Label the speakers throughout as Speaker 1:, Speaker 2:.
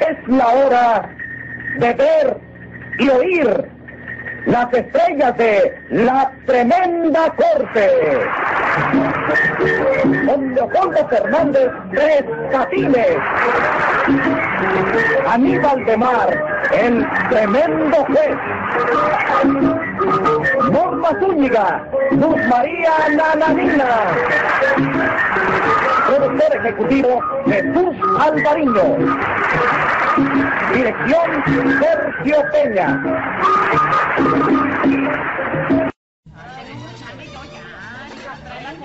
Speaker 1: es la hora de ver y oír las estrellas de la tremenda corte. Don Leopoldo Fernández Tres Catines. Aníbal de Mar, el tremendo juez. Norma Zúñiga, Luz María Nananina. Productor ejecutivo Jesús Alvariño. Dirección Sergio Peña.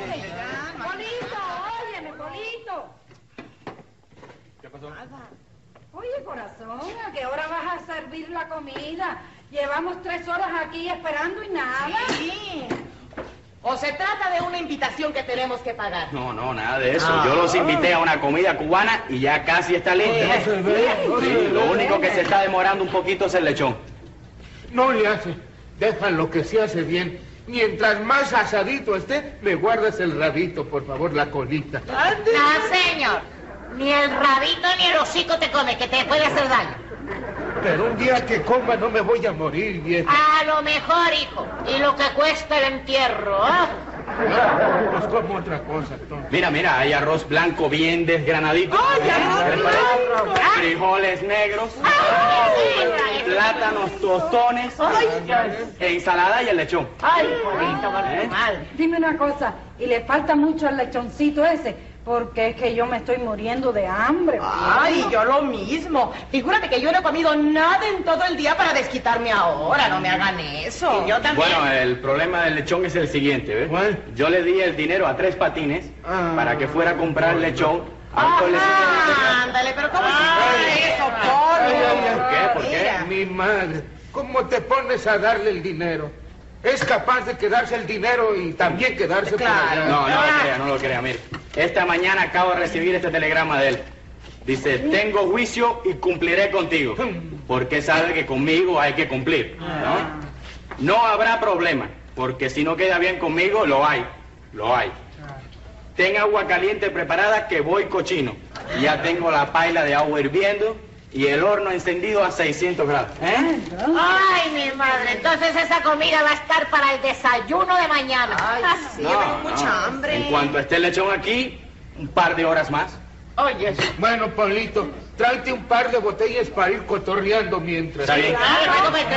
Speaker 2: Polito, óyeme, Polito.
Speaker 3: ¿Qué pasó?
Speaker 2: Oye, corazón, ¿a qué hora vas a servir la comida? Llevamos tres horas aquí esperando y nada.
Speaker 4: Sí. O se trata de una invitación que tenemos que pagar.
Speaker 3: No, no, nada de eso. Yo los invité a una comida cubana y ya casi está lista. Sí, lo único que se está demorando un poquito es el lechón.
Speaker 5: No le hace. Deja lo que se hace bien. Mientras más asadito esté, me guardas el rabito, por favor, la colita.
Speaker 4: No, Ah, señor. Ni el rabito ni el hocico te come, que te puede hacer daño.
Speaker 5: Pero un día que coma no me voy a morir, vieja.
Speaker 4: A lo mejor, hijo. Y lo que cuesta el entierro, ¿ah?
Speaker 5: Pues como otra cosa, tonto.
Speaker 3: Mira, mira, hay arroz blanco bien desgranadito. Frijoles negros,
Speaker 4: ¡Ay,
Speaker 3: plátanos, tostones, e ensalada y el lechón.
Speaker 4: ¡Ay, Polito, por tu madre!
Speaker 2: Dime una cosa, ¿y le falta mucho al lechoncito ese? Porque es que yo me estoy muriendo de hambre.
Speaker 6: Ah.
Speaker 4: Ay, yo lo mismo. Figúrate que yo no he comido nada en todo el día para desquitarme ahora. No me hagan eso. Y yo también.
Speaker 3: Bueno, el problema del lechón es el siguiente, ¿ves?
Speaker 5: ¿Cuál?
Speaker 3: Yo le di el dinero a tres patines
Speaker 5: Ah.
Speaker 3: para que fuera a comprar lechón. a un
Speaker 4: Ajá,
Speaker 3: coleccionista.
Speaker 4: Ah, ándale, pero ¿cómo
Speaker 5: Ay.
Speaker 4: se eso,
Speaker 5: Ay, ay,
Speaker 4: Polo?
Speaker 5: ay.
Speaker 3: ¿Por qué? ¿Por qué?
Speaker 4: Mira.
Speaker 5: Mi madre, ¿cómo te pones a darle el dinero? Es capaz de quedarse el dinero y también quedarse por
Speaker 4: Claro.
Speaker 5: allá.
Speaker 3: No, no lo crea, no lo crea, mire. Esta mañana acabo de recibir este telegrama de él. Dice, tengo juicio y cumpliré contigo. Porque sabe que conmigo hay que cumplir, ¿no? No habrá problema, porque si no queda bien conmigo, lo hay, lo hay. Ten agua caliente preparada que voy cochino. Ya tengo la paila de agua hirviendo y el horno encendido a 600 grados. ¿Eh?
Speaker 4: Ay, mi madre, entonces esa comida va a estar para el desayuno de mañana. Ah, Ay, sí,
Speaker 3: No, no. En cuanto esté el lechón aquí, un par de horas más.
Speaker 4: Oye,
Speaker 5: Bueno, Pablito, tráete un par de botellas para ir cotorreando mientras.
Speaker 3: ¿Está bien?
Speaker 4: claro, pues te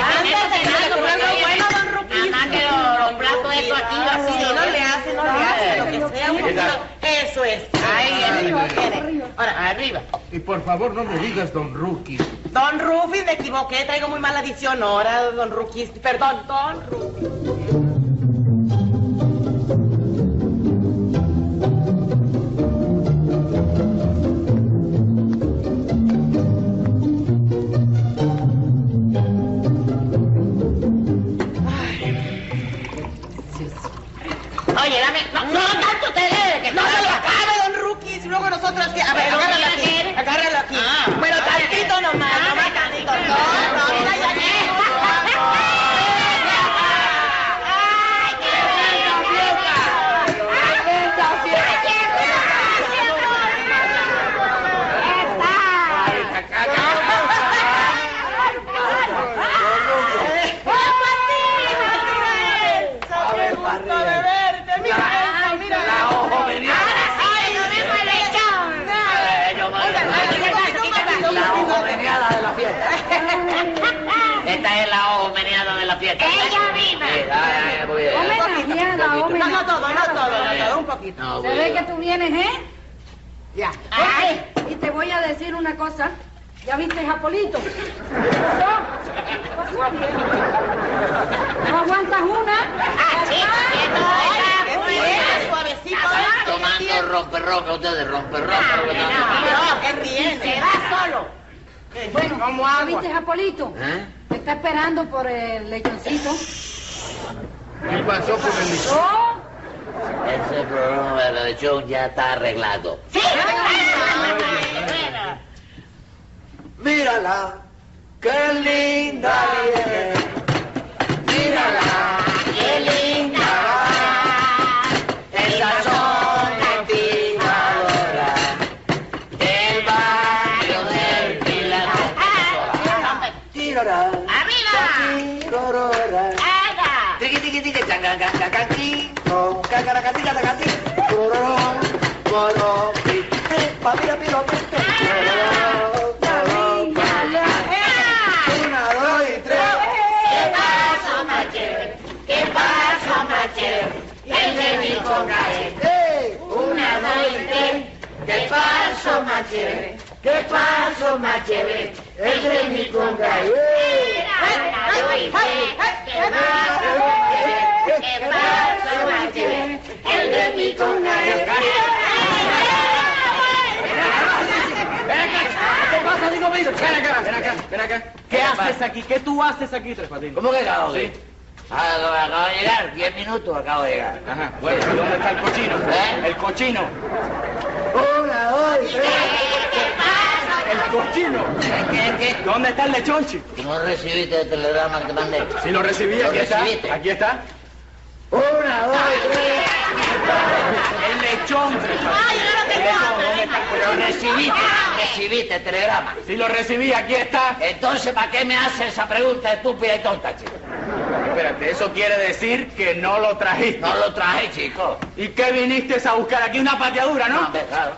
Speaker 4: Nada que lo- los platos eso aquí, lo así,
Speaker 6: Sí,
Speaker 4: lo-
Speaker 6: no le hace, no le hace, lo que sea, un
Speaker 3: Mira.
Speaker 6: poquito- Eso es.
Speaker 4: Ahí es lo que
Speaker 5: Arriba,
Speaker 4: quiere. Ahora, arriba.
Speaker 5: Y por favor no me digas, don Rookie.
Speaker 6: Don Rufis, me equivoqué, traigo muy mala dicción ahora, don Rufis. Perdón, don Rufis.
Speaker 4: Oye, dame. No, no tanto te debe, que
Speaker 6: No
Speaker 4: te
Speaker 6: se lo
Speaker 4: la-
Speaker 6: acabe, don Rufis. Luego nosotros que. A ver,
Speaker 4: Pero
Speaker 6: agárralo
Speaker 4: mira que
Speaker 6: aquí.
Speaker 4: eres-
Speaker 6: Agárralo aquí.
Speaker 4: Ah.
Speaker 6: Bueno, tantito nomás,
Speaker 4: Ah,
Speaker 6: nomás
Speaker 4: tantito.
Speaker 6: tantito. No, no, mira, ya Sobre el gusto de verte, mira eso, mira eso.
Speaker 4: Esta es la homeneada de la fiesta. Ella viva.
Speaker 2: Homenajeada,
Speaker 6: No, no
Speaker 2: homenajeada.
Speaker 6: todo, no todo, no todo, un poquito.
Speaker 2: Se ve que tú vienes, ¿eh? Ya. Oye, y te voy a decir una cosa. ¿Ya viste a Polito? ¿Qué pasó? ¿Qué pasó, viejo? ¿No aguantas una? Ah,
Speaker 7: tomando rompe roca, ustedes rompe roca. lo que
Speaker 3: Ah,
Speaker 7: están
Speaker 6: No, ¿qué tiene?
Speaker 4: solo.
Speaker 2: Bueno,
Speaker 6: ¿Cómo
Speaker 2: ¿ya
Speaker 6: agua?
Speaker 2: viste a Polito?
Speaker 7: tomando. ¿Eh?
Speaker 2: Te está esperando por el lechoncito.
Speaker 5: ¿Qué pasó con el lechón?
Speaker 2: ¡Oh!
Speaker 7: Ese problema del lechón ya está arreglado.
Speaker 4: Sí.
Speaker 7: Mírala, qué linda es. Mírala, qué linda. Esas son lastimadoras del barrio del Pilar.
Speaker 8: Tirorá.
Speaker 1: ¡Arriba!
Speaker 8: Cororá.
Speaker 1: ¡Haga!
Speaker 8: Triqui, triqui, triqui, changan, cancan, canqui. Con cacaracati, catacanti. Cororón, cororón, pi. Eh, papira, piro, pi. Cororón, cororón, cororón. Una, dos y tres.
Speaker 1: ¿Qué pasó, Macher? ¿Qué pasó, Macher? El de mi cocaína.
Speaker 8: ¡Eh!
Speaker 1: Una, dos y tres. ¿Qué pasó, Macher? ¿Qué pasó, Macher? El de mi cocaína. Una, dos y tres. ¿Qué pasó, Macher? ¿Qué pasó, Macher? El de mi cocaína.
Speaker 3: ¿Qué pasa, Nico Brito? Ven acá, ven acá, ven acá.
Speaker 8: ¿Qué haces
Speaker 4: aquí? ¿Qué tú haces aquí, Tres Patines?
Speaker 8: ¿Cómo que acabo de?
Speaker 3: Sí.
Speaker 8: Ah, acabo de llegar, 10 minutos acabo de llegar.
Speaker 3: Ajá, bueno, ¿y dónde está el cochino?
Speaker 8: ¿Eh?
Speaker 3: El cochino,
Speaker 8: Una, dos y tres.
Speaker 3: el cochino.
Speaker 8: ¿Qué, qué,
Speaker 3: ¿Dónde está el lechonchi?
Speaker 8: qué? ¿No recibiste el telegrama que te mandé?
Speaker 3: Si lo recibí,
Speaker 8: Lo
Speaker 3: aquí está.
Speaker 8: recibiste.
Speaker 3: Aquí está. Ah.
Speaker 8: Una, dos y tres.
Speaker 3: El lechón, Tres
Speaker 1: Ay, yo no tengo
Speaker 3: Patines.
Speaker 1: hambre.
Speaker 3: ¿Dónde está el
Speaker 8: Lo
Speaker 3: cochino?
Speaker 8: recibiste, recibiste el telegrama.
Speaker 3: Si lo recibí, aquí está.
Speaker 8: Entonces, ¿para qué me haces esa pregunta estúpida y tonta, chico?
Speaker 3: Espérate, eso quiere decir que no lo trajiste.
Speaker 8: No lo traje, chico.
Speaker 3: ¿Y qué viniste a buscar aquí? Una pateadura, ¿no?
Speaker 8: hombre, claro.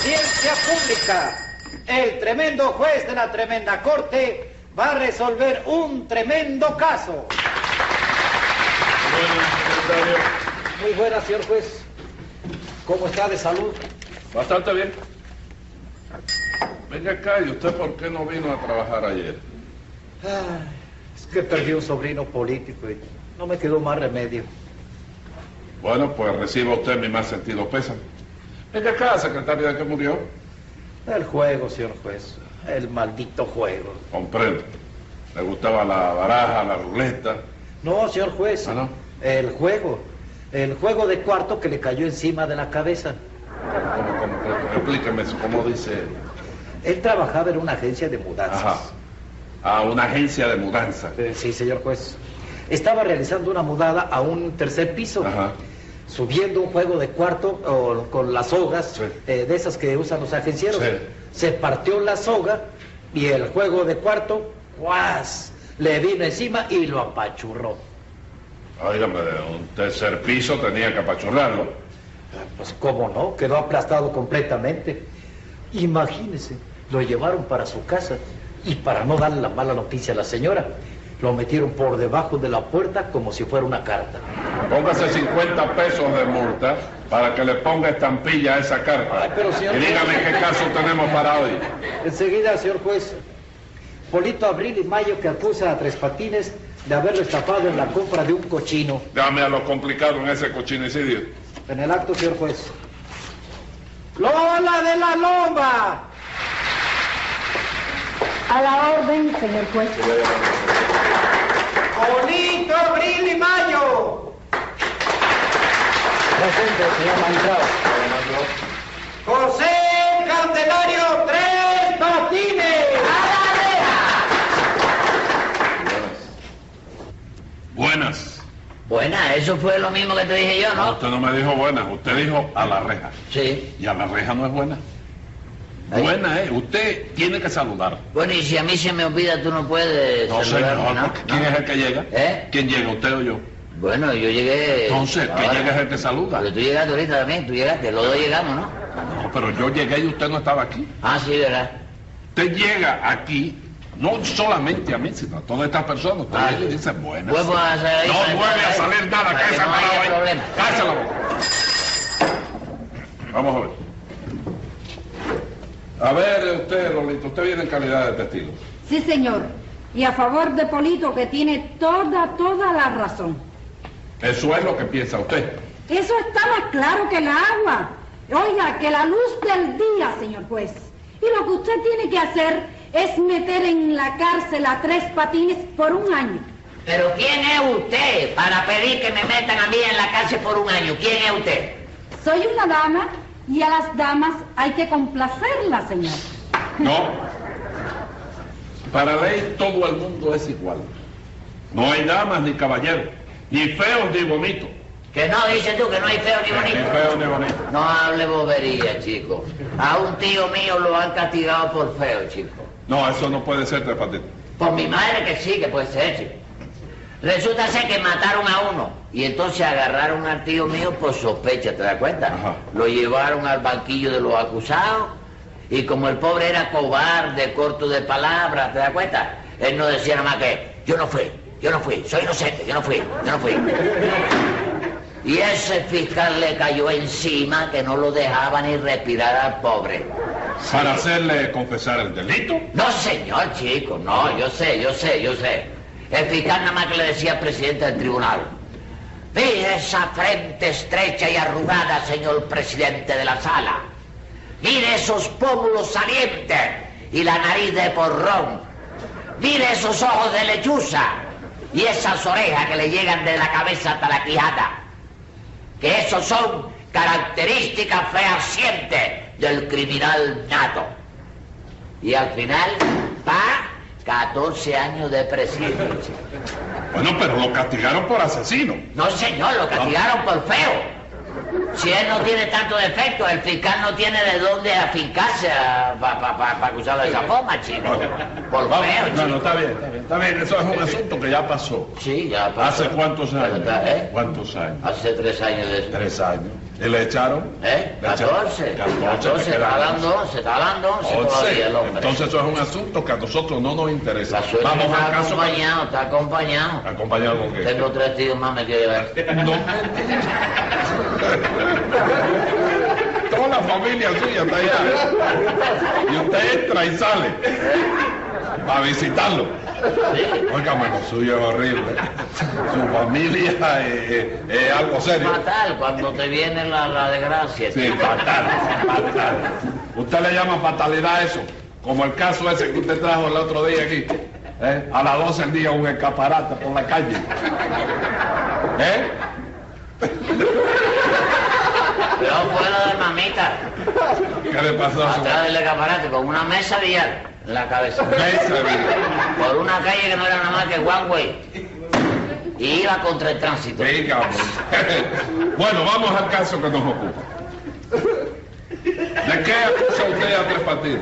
Speaker 9: Audiencia pública. El tremendo juez de la tremenda corte va a resolver un tremendo caso. Muy buena, señor juez. ¿Cómo está de salud?
Speaker 5: Bastante bien. Venga acá, ¿y usted por qué no vino a trabajar ayer?
Speaker 9: Es que perdí un sobrino político y no me quedó más remedio.
Speaker 5: Bueno, pues reciba usted mi más sentido pésame. Venga acá, secretaria, que murió.
Speaker 9: El juego, señor juez. El maldito juego.
Speaker 5: Comprendo. Le gustaba la baraja, la ruleta.
Speaker 9: No, señor juez.
Speaker 5: Ah, ¿no?
Speaker 9: El juego. El juego de cuarto que le cayó encima de la cabeza.
Speaker 5: ¿Cómo, cómo, cómo? Explíqueme eso, ¿cómo dice?
Speaker 9: Él trabajaba en una agencia de mudanzas.
Speaker 5: Ajá. A una agencia de mudanza.
Speaker 9: Eh, Sí, señor juez. Estaba realizando una mudada a un tercer piso,
Speaker 5: Ajá.
Speaker 9: subiendo un juego de cuarto o, con las sogas,
Speaker 5: Sí.
Speaker 9: eh, de esas que usan los agencieros.
Speaker 5: Sí.
Speaker 9: Se partió la soga y el juego de cuarto, ¡guas! Le vino encima y lo apachurró.
Speaker 5: Óigame, de un tercer piso tenía que apachurrarlo.
Speaker 9: Ah, Pues cómo no, quedó aplastado completamente. Imagínese, lo llevaron para su casa y para no darle la mala noticia a la señora, lo metieron por debajo de la puerta como si fuera una carta.
Speaker 5: Póngase 50 pesos de multa para que le ponga estampilla a esa carta.
Speaker 9: Ay, pero, señor-
Speaker 5: y dígame qué caso tenemos para hoy.
Speaker 9: Enseguida, señor juez, Polito Abril y Mayo que acusa a Tres Patines de haberlo estafado en la compra de un cochino.
Speaker 5: Dame a lo complicado en ese cochinicidio.
Speaker 9: En el acto, señor juez. ¡Lola de la Lomba!
Speaker 2: A la orden, señor juez.
Speaker 9: ¡Polito Abril y Mayo! Presente, señor magistrado. José Candelario Tres Patines.
Speaker 5: Buenas.
Speaker 8: Buena, eso fue lo mismo que te dije yo,
Speaker 5: No,
Speaker 8: ¿no?
Speaker 5: usted no me dijo buenas, usted dijo a la reja.
Speaker 8: Sí.
Speaker 5: Y a la reja no es buena.
Speaker 8: Ay.
Speaker 5: Buena, ¿eh? Usted tiene que saludar.
Speaker 8: Bueno, y si a mí se me olvida, tú no puedes.
Speaker 5: No,
Speaker 8: saludarme,
Speaker 5: señor,
Speaker 8: Eh, ¿no?
Speaker 5: porque ¿quién
Speaker 8: ¿No?
Speaker 5: es el que llega?
Speaker 8: ¿Eh?
Speaker 5: ¿Quién llega, usted o yo?
Speaker 8: Bueno, yo llegué.
Speaker 5: Entonces, ¿quién
Speaker 8: ahora.
Speaker 5: llega es el que saluda?
Speaker 8: Pero tú llegaste ahorita también, tú llegaste, los dos llegamos, eh, ¿no?
Speaker 5: No, pero yo llegué y usted no estaba aquí.
Speaker 8: Ah, sí, ¿verdad?
Speaker 5: Usted llega aquí, no solamente a mí, sino a todas estas personas. Usted
Speaker 8: Ah,
Speaker 5: llega y
Speaker 8: sí.
Speaker 5: dice buenas.
Speaker 8: Vuelvo a salir.
Speaker 5: No vuelve a salir nada,
Speaker 8: Para que
Speaker 5: cállese
Speaker 8: no haya problema.
Speaker 5: Cállese la boca. Vamos a ver. A ver, usted, Lolito, usted viene en calidad de testigo.
Speaker 2: Sí, señor. Y a favor de Polito, que tiene toda, toda la razón.
Speaker 5: Eso es lo que piensa usted.
Speaker 2: Eso está más claro que el agua. Oiga, que la luz del día, señor juez. Y lo que usted tiene que hacer es meter en la cárcel a tres patines por un año.
Speaker 8: Pero ¿quién es usted para pedir que me metan a mí en la cárcel por un año? ¿Quién es usted?
Speaker 2: Soy una dama Y a las damas hay que complacerlas, señor.
Speaker 10: No. Para ley todo el mundo es igual. No hay damas ni caballeros, ni feos ni bonitos.
Speaker 8: Que no, dices tú, que no hay feo ni bonito.
Speaker 10: Ni feo ni bonito.
Speaker 8: No hable bobería, chico. A un tío mío lo han castigado por feo, chico.
Speaker 10: No, eso no puede ser, Tres Patines.
Speaker 8: Por mi madre que sí, que puede ser, chico. Resulta ser que mataron a uno y entonces agarraron al tío mío por sospecha, ¿te das cuenta?
Speaker 10: Ajá.
Speaker 8: Lo llevaron al banquillo de los acusados y como el pobre era cobarde, corto de palabras, ¿te das cuenta? Él no decía nada más que yo no fui, yo no fui, soy inocente, yo no fui, yo no fui. Y ese fiscal le cayó encima que no lo dejaba ni respirar al pobre.
Speaker 10: Para hacerle confesar el delito.
Speaker 8: No, señor, chico, no, yo sé, yo sé, yo sé. El fiscal nada más que le decía al presidente del tribunal. Mire esa frente estrecha y arrugada, señor presidente de la sala. Mire esos pómulos salientes y la nariz de porrón. Mire esos ojos de lechuza y esas orejas que le llegan de la cabeza hasta la quijada. Que esos son características fehacientes del criminal nato. Y al final, va 14 años de presidio. chico.
Speaker 10: Bueno, pero lo castigaron por asesino.
Speaker 8: No, señor, lo castigaron por feo. Si él no tiene tanto defecto, el fiscal no tiene de dónde afincarse ah, para acusarlo de esa forma, chico. Por
Speaker 10: Vamos,
Speaker 8: feo,
Speaker 10: no, no,
Speaker 8: chico.
Speaker 10: está bien, está bien, está bien. Eso es un asunto que ya pasó.
Speaker 8: Sí, ya pasó.
Speaker 10: ¿Hace cuántos
Speaker 8: Pero
Speaker 10: años?
Speaker 8: está, ¿eh?
Speaker 10: ¿Cuántos años?
Speaker 8: Hace tres años de eso.
Speaker 10: Tres años. ¿Y le echaron?
Speaker 8: ¿Eh?
Speaker 10: Le echaron.
Speaker 8: 14. 14,
Speaker 10: le
Speaker 8: está
Speaker 10: quedan
Speaker 8: dando 11, está dando 11 todavía el hombre.
Speaker 10: Entonces eso es un asunto que a nosotros no nos interesa.
Speaker 8: la suerte
Speaker 10: Vamos
Speaker 8: está
Speaker 10: al caso que-
Speaker 8: acompañado, está acompañado.
Speaker 10: acompañado con qué.
Speaker 8: Tengo tres tíos más me quiero llevar.
Speaker 10: No. Toda la familia suya está allá. Y usted entra y sale a visitarlo. Oiga, mano, suyo es horrible. Su familia eh, eh, es algo serio.
Speaker 8: Fatal cuando te viene la, la desgracia.
Speaker 10: Sí, fatal, fatal. Usted le llama fatalidad a eso, como el caso ese que usted trajo el otro día aquí. ¿eh? A las 12 del día un escaparate por la calle. ¿Eh?
Speaker 8: Yo puedo de mamita,
Speaker 10: ¿Qué le pasó a su
Speaker 8: atrás del escaparate, con una mesa billar en la cabeza.
Speaker 10: mesa? amigo?
Speaker 8: Por una calle que no era nada más que one way. Y iba contra el tránsito.
Speaker 10: Venga, hombre. Bueno, vamos al caso que nos ocupa. ¿De qué acusa usted a Tres Patines?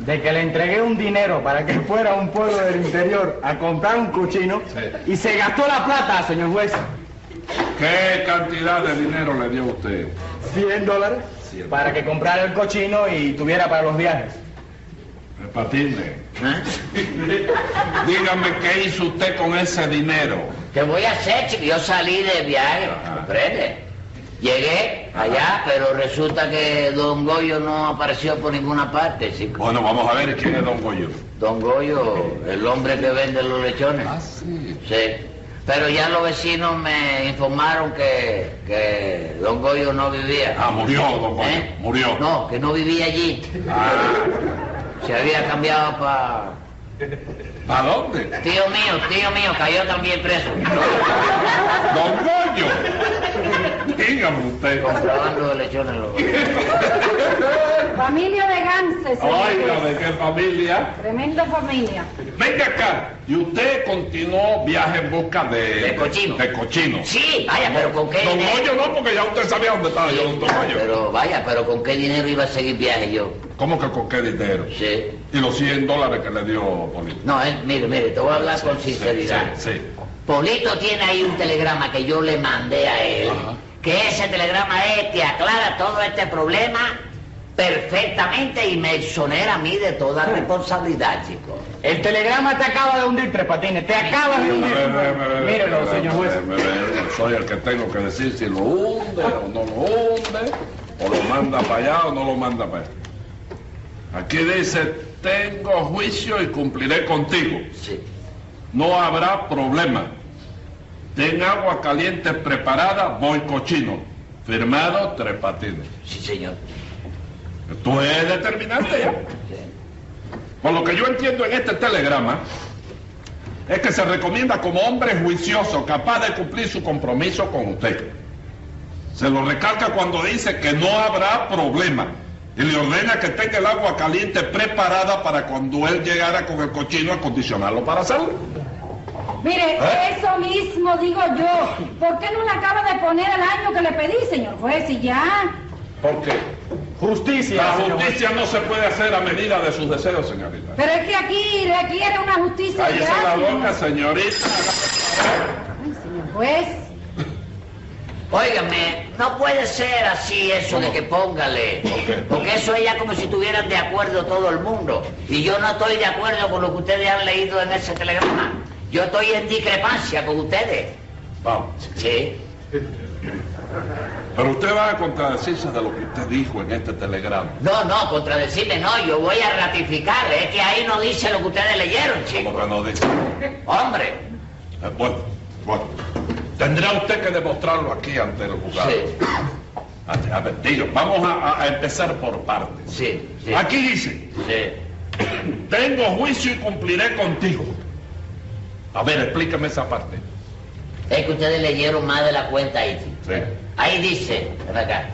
Speaker 11: de que le entregué un dinero para que fuera a un pueblo del interior a comprar un cochino
Speaker 10: Sí.
Speaker 11: y se gastó la plata, señor juez.
Speaker 10: ¿Qué cantidad de dinero le dio a usted?
Speaker 11: 100 dólares
Speaker 10: Cien
Speaker 11: para que comprara el cochino y tuviera para los viajes.
Speaker 10: Tres Patines.
Speaker 8: ¿eh?
Speaker 10: Dígame qué hizo usted con ese dinero.
Speaker 8: ¿Qué voy a hacer, chico? Yo salí de viaje, ¿comprende? Llegué allá, pero resulta que Don Goyo no apareció por ninguna parte, chico.
Speaker 10: Bueno, vamos a ver quién es Don Goyo.
Speaker 8: Don Goyo, el hombre que vende los lechones.
Speaker 10: sí.
Speaker 8: Sí. Pero ya los vecinos me informaron que, que Don Goyo no vivía.
Speaker 10: Ah, murió Don Goyo.
Speaker 8: ¿Eh?
Speaker 10: Murió. Ah,
Speaker 8: No, que no vivía allí. Se había cambiado para...
Speaker 10: ¿A dónde?
Speaker 8: Tío mío, tío mío, cayó también preso.
Speaker 10: Don Goyo. Dígame usted.
Speaker 8: Comprobando de lechones. loco.
Speaker 2: Familia de Ganses, señor
Speaker 10: Oiga,
Speaker 2: juez.
Speaker 10: ¿de qué familia?
Speaker 2: Tremenda familia.
Speaker 10: Venga acá. Y usted continuó viaje en busca de...
Speaker 8: De cochino.
Speaker 10: De cochino.
Speaker 8: Sí, vaya, pero con qué
Speaker 10: Don
Speaker 8: dinero.
Speaker 10: Goyo no, porque ya usted sabía dónde estaba yo, don Goyo.
Speaker 8: Pero vaya, pero con qué dinero iba a seguir viaje yo.
Speaker 10: ¿Cómo que con qué dinero?
Speaker 8: Sí.
Speaker 10: Y los 100 dólares que le dio Polito.
Speaker 8: No, eh, mire, mire, te voy a hablar con sinceridad.
Speaker 10: Sí, sí.
Speaker 8: Polito tiene ahí un telegrama que yo le mandé a él,
Speaker 10: Ajá.
Speaker 8: que ese telegrama es que aclara todo este problema perfectamente y me exonera a mí de toda responsabilidad, chico.
Speaker 11: El telegrama te acaba de hundir, Tres Patines, te acabas de
Speaker 10: Ve,
Speaker 11: hundir.
Speaker 10: ve, ve, ve, ve,
Speaker 11: Mírelo,
Speaker 10: ve,
Speaker 11: señor
Speaker 10: ve,
Speaker 11: juez.
Speaker 10: ve, ve, ve. Soy el que tengo que decir si lo hunde o no lo hunde, o lo manda para allá o no lo manda para allá. Aquí dice, tengo juicio y cumpliré contigo.
Speaker 8: Sí.
Speaker 10: No habrá problema. Ten agua caliente preparada, voy cochino. Firmado, tres patines.
Speaker 8: Sí, señor.
Speaker 10: Tú es determinante ya. Por lo que yo entiendo en este telegrama, es que se recomienda como hombre juicioso, capaz de cumplir su compromiso con usted. Se lo recalca cuando dice que no habrá problema y le ordena que tenga el agua caliente preparada para cuando él llegara con el cochino a condicionarlo para hacerlo.
Speaker 2: Mire,
Speaker 10: ¿Eh?
Speaker 2: eso mismo digo yo. ¿Por qué no le acaba de poner el año que le pedí, señor juez, y ya?
Speaker 10: ¿Por qué? Justicia. La justicia no se puede hacer a medida de sus deseos, señorita.
Speaker 2: Pero es que aquí requiere una justicia
Speaker 10: Cállese la
Speaker 2: grande,
Speaker 10: boca, señorita.
Speaker 2: señor juez.
Speaker 8: Óigame, no puede ser así eso de que póngale. Porque eso es ya como si estuvieran de acuerdo todo el mundo. Y yo no estoy de acuerdo con lo que ustedes han leído en ese telegrama. Yo estoy en discrepancia con ustedes.
Speaker 10: Vamos.
Speaker 8: Sí.
Speaker 10: Pero usted va a contradecirse de lo que usted dijo en este telegrama.
Speaker 8: No, no, contradecirme no, yo voy a ratificar. Es que ahí no dice lo que ustedes leyeron, chicos.
Speaker 10: Como que no dice.
Speaker 8: Hombre.
Speaker 10: Eh, bueno, bueno. Tendrá usted que demostrarlo aquí ante el juzgado. Ante- A ver, digo, vamos a, a- a empezar por partes. Aquí dice. Tengo juicio y cumpliré contigo. A ver, explícame esa parte.
Speaker 8: Es que ustedes leyeron más de la cuenta ahí. chico. Ahí dice, ven acá.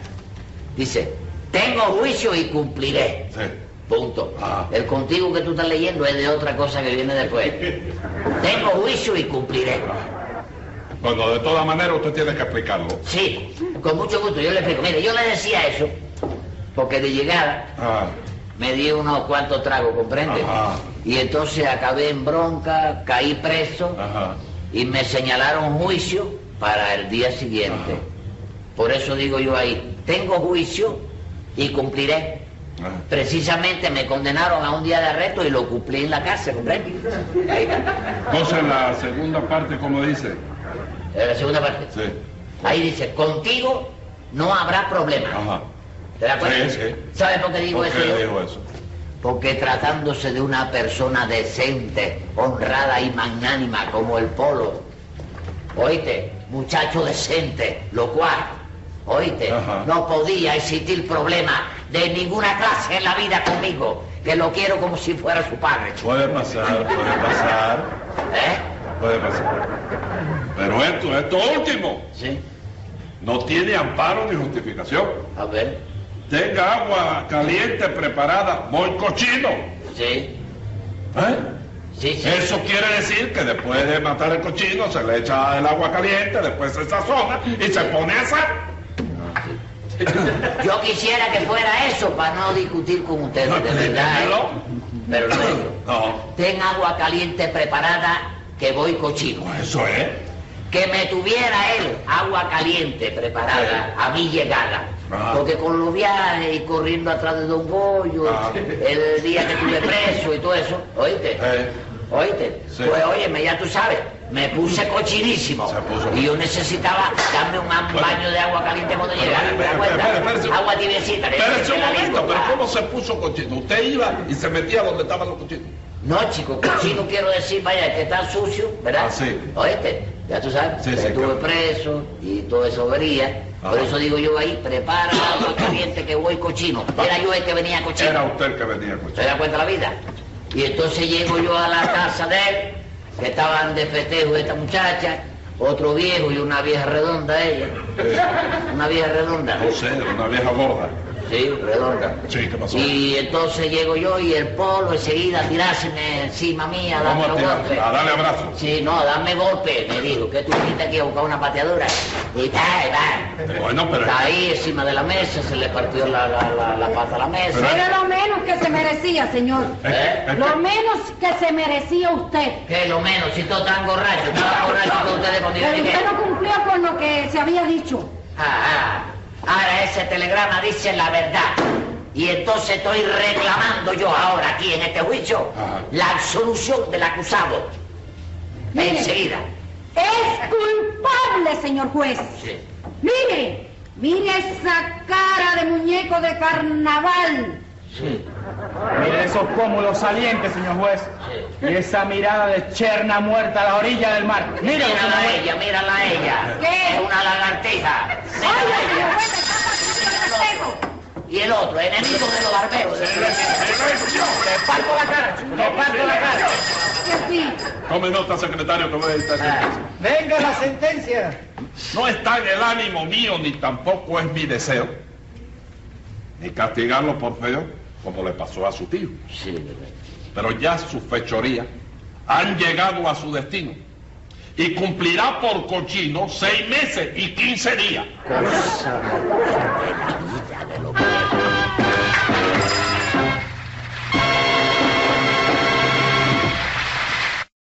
Speaker 8: Dice, tengo juicio y cumpliré. Punto. El contigo que tú estás leyendo es de otra cosa que viene después. tengo juicio y cumpliré.
Speaker 10: Bueno, de todas maneras usted tiene que explicarlo.
Speaker 8: Sí, con mucho gusto, yo le explico. Mire, yo le decía eso porque de llegada me di unos cuantos tragos, ¿comprende? Y entonces acabé en bronca, caí preso
Speaker 10: Ah.
Speaker 8: y me señalaron juicio para el día siguiente. Por eso digo yo ahí, tengo juicio y cumpliré. Precisamente me condenaron a un día de arresto y lo cumplí en la cárcel, ¿comprende? Ahí está.
Speaker 10: Entonces la segunda parte, ¿cómo dice?
Speaker 8: Eh, La segunda parte. Ahí dice, contigo no habrá problema. ¿Te das cuenta?
Speaker 10: Sí, sí.
Speaker 8: ¿Sabes por qué digo
Speaker 10: ¿Por
Speaker 8: eso
Speaker 10: qué
Speaker 8: yo?
Speaker 10: dijo eso?
Speaker 8: Porque tratándose de una persona decente, honrada y magnánima como el polo, oíste, muchacho decente, lo cual, oíste, no podía existir problema de ninguna clase en la vida conmigo, que lo quiero como si fuera su padre. ¿Eh?
Speaker 10: Puede pasar, puede pasar. Puede pasar. Pero esto, esto último.
Speaker 8: Sí.
Speaker 10: No tiene amparo ni justificación.
Speaker 8: A ver.
Speaker 10: Tenga agua caliente preparada, voy cochino.
Speaker 8: Sí.
Speaker 10: ¿Eh?
Speaker 8: Sí, sí.
Speaker 10: Eso quiere decir que después de matar el cochino se le echa el agua caliente, después se sazona y se pone a asar.
Speaker 8: Yo quisiera que fuera eso para no discutir con ustedes, de verdad. ¿eh? Pero no. Ten agua caliente preparada que voy cochino.
Speaker 10: Eso es.
Speaker 8: Que me tuviera él agua caliente preparada a mi llegada.
Speaker 10: Ah.
Speaker 8: Porque con los viajes y corriendo atrás de Don Goyo,
Speaker 10: Ah,
Speaker 8: el día que tuve preso y todo eso, ¿oíste?
Speaker 10: Eh.
Speaker 8: ¿Oíste? Pues óyeme, ya tú sabes, me puse cochinísimo. Y yo necesitaba darme un am- baño de agua caliente cuando
Speaker 10: Pero,
Speaker 8: llegara. ¿te
Speaker 10: espera,
Speaker 8: das cuenta?
Speaker 10: espera, espera, espera.
Speaker 8: Agua tibiecita. que
Speaker 10: Pero
Speaker 8: se
Speaker 10: ese
Speaker 8: me la
Speaker 10: momento,
Speaker 8: lengua.
Speaker 10: pero ¿cómo se puso cochino? Usted iba y se metía donde estaban los cochinos.
Speaker 8: No, chico, cochino quiero decir, vaya, que está sucio, ¿verdad?
Speaker 10: Ah, sí.
Speaker 8: Oíste, ya tú sabes,
Speaker 10: Sí,
Speaker 8: que
Speaker 10: sí,
Speaker 8: estuve
Speaker 10: claro.
Speaker 8: preso y todo eso vería. Por
Speaker 10: Ajá.
Speaker 8: eso digo yo ahí, prepara agua caliente que voy cochino. Era yo el que venía cochino.
Speaker 10: Era usted el que venía cochino.
Speaker 8: ¿Se da cuenta la vida? Y entonces llego yo a la casa de él, que estaban de festejo esta muchacha, otro viejo y una vieja redonda ella. Una vieja redonda.
Speaker 10: No sé, una vieja gorda.
Speaker 8: Sí, redonda.
Speaker 10: Sí, ¿qué pasó?
Speaker 8: Y entonces llego yo y el polo enseguida a tirárseme encima mía, a darme
Speaker 10: Vamos a
Speaker 8: los
Speaker 10: tirar,
Speaker 8: golpes.
Speaker 10: a darle abrazo.
Speaker 8: Sí, no, a darme golpe, me dijo, que tú viniste aquí a buscar una pateadora. Y tal, tal.
Speaker 10: Bueno, pero-
Speaker 8: Está ahí encima de la mesa, se le partió la, la- la- la pata a la mesa.
Speaker 2: Era lo menos que se merecía, señor.
Speaker 8: ¿Eh?
Speaker 2: Lo menos que se merecía usted.
Speaker 8: Que lo menos, si todos están borrachos, estaban borrachos todos ustedes cuando yo
Speaker 2: Pero
Speaker 8: llegué.
Speaker 2: usted no cumplió con lo que se había dicho.
Speaker 8: Ah, ah. Ahora ese telegrama dice la verdad. Y entonces estoy reclamando yo ahora aquí en este juicio la absolución del acusado.
Speaker 2: Mire.
Speaker 8: Enseguida.
Speaker 2: Es culpable, señor juez. Mire, mire esa cara de muñeco de carnaval.
Speaker 11: Mire esos pómulos salientes, señor juez. Y esa mirada de cherna muerta a la orilla del mar. Míralo,
Speaker 8: Mírala a
Speaker 11: señor
Speaker 8: ella, mírala a ella.
Speaker 2: ¿Qué?
Speaker 8: Es una lagartija. Mírala a ella. Y el otro, enemigo de los barberos. Le parto la cara, chico, le parto la cara.
Speaker 10: Tome nota, secretario, que voy a estar
Speaker 8: Ah.
Speaker 11: juez. Venga la sentencia.
Speaker 10: No está en el ánimo mío ni tampoco es mi deseo ni castigarlo por feo como le pasó a su tío. Pero ya sus fechorías han llegado a su destino y cumplirá por cochino seis meses y quince días.
Speaker 8: Cosa más bonita de lo